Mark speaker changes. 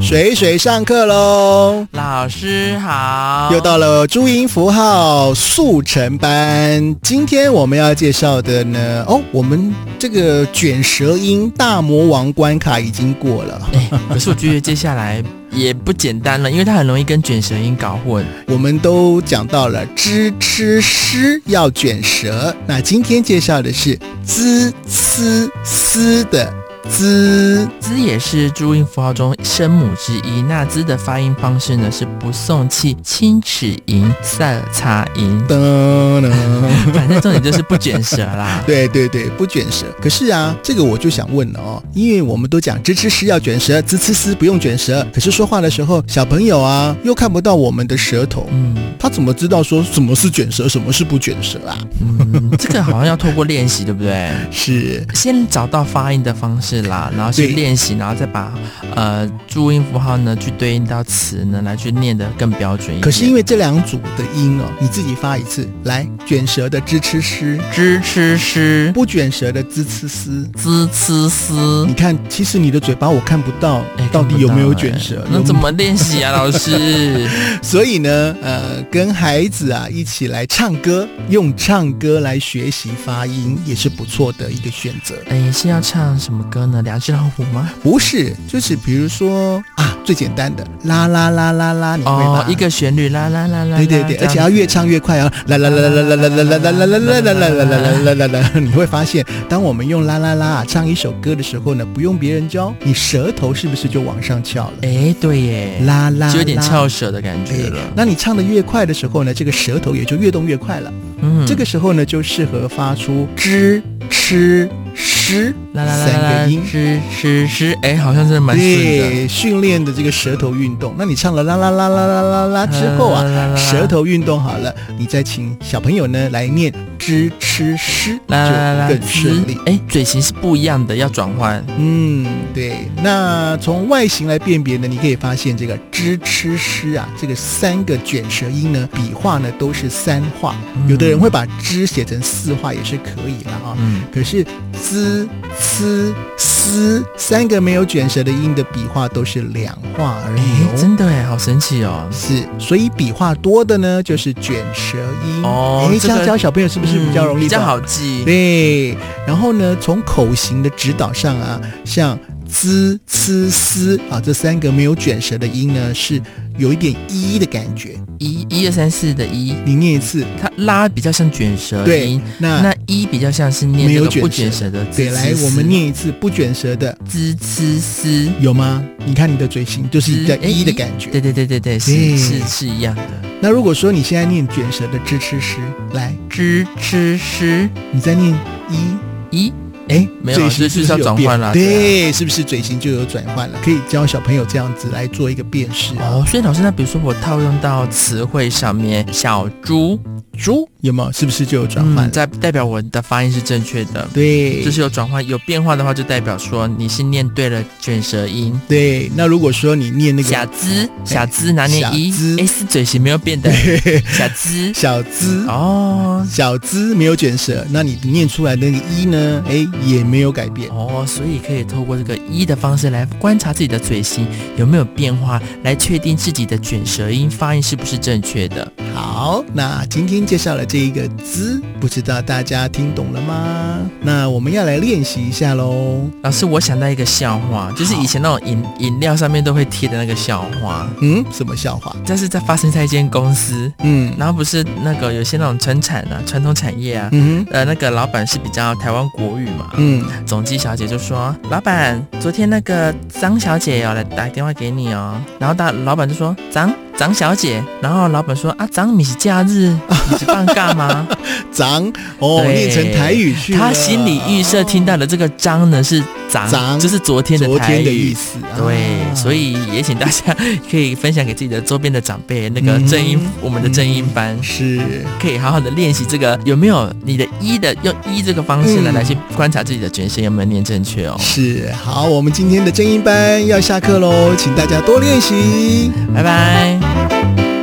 Speaker 1: 水水上课喽！
Speaker 2: 老师好，
Speaker 1: 又到了注音符号速成班。今天我们要介绍的呢，哦，我们这个卷舌音大魔王关卡已经过了。
Speaker 2: 哎、可是我觉得接下来也不简单了，因为它很容易跟卷舌音搞混。
Speaker 1: 我们都讲到了知、吃、诗要卷舌，那今天介绍的是滋、呲、丝的滋。
Speaker 2: 滋也是注音符号中声母之一，那滋的发音方式呢是不送气、轻齿音、塞尔擦音。
Speaker 1: 噔噔，。
Speaker 2: 反正重点就是不卷舌啦
Speaker 1: 对对对，不卷舌。可是啊，这个我就想问了哦，因为我们都讲知吃诗要卷舌，滋呲丝不用卷舌。可是说话的时候，小朋友啊又看不到我们的舌头，
Speaker 2: 嗯
Speaker 1: 他怎么知道说什么是卷舌，什么是不卷舌啊？
Speaker 2: 嗯，这个好像要透过练习，对不对？
Speaker 1: 是
Speaker 2: 先找到发音的方式啦，然后去
Speaker 1: 对
Speaker 2: 练习，然后再把呃注音符号呢去对应到词呢来去念得更标准一点。
Speaker 1: 可是因为这两组的音哦，你自己发一次，来卷舌的知吃诗，
Speaker 2: 知吃诗
Speaker 1: 不卷舌的滋呲丝。
Speaker 2: 滋呲丝
Speaker 1: 你，看，其实你的嘴巴我看不到
Speaker 2: 哎
Speaker 1: 到底有没有卷
Speaker 2: 看
Speaker 1: 舌
Speaker 2: 不，到哎那
Speaker 1: 有
Speaker 2: 怎么练习啊，老师？
Speaker 1: 所以呢，呃，跟孩子啊一起来唱歌，用唱歌来学习发音也是不错的一个选择。
Speaker 2: 哎，是要唱什么歌呢？两只老虎吗？
Speaker 1: 不是，就是比如说啊，最简单的啦啦啦啦啦，你会吗？
Speaker 2: 哦，一。个旋律啦啦啦啦啦，
Speaker 1: 对对对，而
Speaker 2: 这样
Speaker 1: 且
Speaker 2: 子
Speaker 1: 要越唱越快哦！啦啦啦啦啦啦啦啦啦啦啦啦啦啦啦啦啦啦！你会发现，当我们用啦啦啦唱一首歌的时候呢，不用别人教，你舌头是不是就往上翘了？
Speaker 2: 哎，对耶，
Speaker 1: 啦啦，
Speaker 2: 就有点翘舌的感觉了。
Speaker 1: 那你唱的越快的时候呢，这个舌头也就越动越快了。
Speaker 2: 嗯
Speaker 1: 这个时候呢，就适合发出知、吃、诗
Speaker 2: 啦啦啦啦
Speaker 1: 三
Speaker 2: 啦
Speaker 1: 个音，。
Speaker 2: 吃吃吃，哎，好像真的蛮顺的。
Speaker 1: 对，训练的这个舌头运动。那你唱了啦啦啦啦啦啦啦之后啊，
Speaker 2: 啊
Speaker 1: 舌头运动好了，你再请小朋友呢来念知、吃、诗，就
Speaker 2: 啦啦啦，
Speaker 1: 更顺利
Speaker 2: 滋。哎，嘴型是不一样的，要转换。
Speaker 1: 嗯，对。那从外形来辨别呢，你可以发现这个知、吃、诗啊，这个三个卷舌音呢，笔画呢都是三画，
Speaker 2: 嗯
Speaker 1: 有的人会把知写成四画也是可以了啊、
Speaker 2: 嗯，
Speaker 1: 可是 z、c、s 三个没有卷舌的音的笔画都是两画而已
Speaker 2: 哎，
Speaker 1: 哦。
Speaker 2: 真的哎，好神奇哦。
Speaker 1: 是，所以笔画多的呢，就是卷舌音。
Speaker 2: 哦
Speaker 1: 哎，这
Speaker 2: 这个
Speaker 1: 样教小朋友是不是比较容易、
Speaker 2: 嗯比较？好记？
Speaker 1: 对。然后呢，从口型的指导上啊，像 z、c、s 啊这三个没有卷舌的音呢，是有一点一的感觉。
Speaker 2: 一一二三四的一，
Speaker 1: 你念一次，
Speaker 2: 它拉比较像卷舌
Speaker 1: 对
Speaker 2: 音，，
Speaker 1: 那。
Speaker 2: 那一比较像是念
Speaker 1: 没
Speaker 2: 这
Speaker 1: 有
Speaker 2: 个不
Speaker 1: 卷
Speaker 2: 卷
Speaker 1: 舌
Speaker 2: 舌的滋。
Speaker 1: 对，来，我们念一次不卷舌的，
Speaker 2: 滋呲丝。
Speaker 1: 有吗？你看你的嘴型就是一个
Speaker 2: 嗯哎
Speaker 1: 一的感觉。
Speaker 2: 对对对对对，
Speaker 1: 对
Speaker 2: 是是是一样的。
Speaker 1: 那如果说你现在念卷舌的支吃诗，来，
Speaker 2: 知吃诗
Speaker 1: 你再念一，
Speaker 2: 一，
Speaker 1: 哎，
Speaker 2: 没有
Speaker 1: 嘴型
Speaker 2: 就是
Speaker 1: 不是
Speaker 2: 要
Speaker 1: 有
Speaker 2: 转
Speaker 1: 变
Speaker 2: 换啦啊
Speaker 1: 对，是不是嘴型就有转换了？可以教小朋友这样子来做一个辨识啊。
Speaker 2: 哦，所以老师，那比如说我套用到词汇上面，小猪
Speaker 1: 猪有没有？是不是就有转换
Speaker 2: 嗯，
Speaker 1: 了？
Speaker 2: 在代表我的发音是正确的，
Speaker 1: 对，
Speaker 2: 就是有转换有变化的话，就代表说你是念对了卷舌音。
Speaker 1: 对。那如果说你念那个哎
Speaker 2: 小资，小资拿捏一
Speaker 1: 小资，
Speaker 2: 哎，是嘴型没有变的，小资
Speaker 1: 小资。
Speaker 2: 哦
Speaker 1: 小资没有卷舌，那你念出来的那个一呢？哎，也没有改变。
Speaker 2: 哦，所以可以透过这个一的方式来观察自己的嘴型有没有变化，来确定自己的卷舌音发音是不是正确的。
Speaker 1: 好，那今天介绍了这一个字，不知道大家听懂了吗？那我们要来练习一下喽。
Speaker 2: 老师，我想到一个笑话，就是以前那种饮饮料上面都会贴的那个笑话，
Speaker 1: 嗯，什么笑话？
Speaker 2: 但是在发生在一间公司，
Speaker 1: 嗯
Speaker 2: 然后不是那个有些那种传产啊、传统产业啊，
Speaker 1: 嗯哼
Speaker 2: 呃，那个老板是比较台湾国语嘛，
Speaker 1: 嗯，
Speaker 2: 总机小姐就说：“老板，昨天那个张小姐有来打电话给你哦。”然后大老板就说：“张张小姐。”然后老板说：“啊，张，你是假日，你是放假吗
Speaker 1: 长哦，
Speaker 2: 对
Speaker 1: 念成台语？” 去了。
Speaker 2: 他心里预设听到的这个“张”呢是“张”，
Speaker 1: 张
Speaker 2: 就是昨天的
Speaker 1: 昨
Speaker 2: 台
Speaker 1: 天的意
Speaker 2: 语。
Speaker 1: 思，
Speaker 2: 对，
Speaker 1: 啊
Speaker 2: 所以也请大家可以分享给自己的周边的长辈，那个
Speaker 1: 嗯
Speaker 2: 正音，我们的正音班。
Speaker 1: 是
Speaker 2: 可以好好的练习这个有没有你的一的用一这个方式呢、
Speaker 1: 嗯
Speaker 2: 来去观察自己的卷舌有没有念正确 哦。
Speaker 1: 是好，我们今天的正音班要下课喽，请大家多练习。
Speaker 2: 拜拜。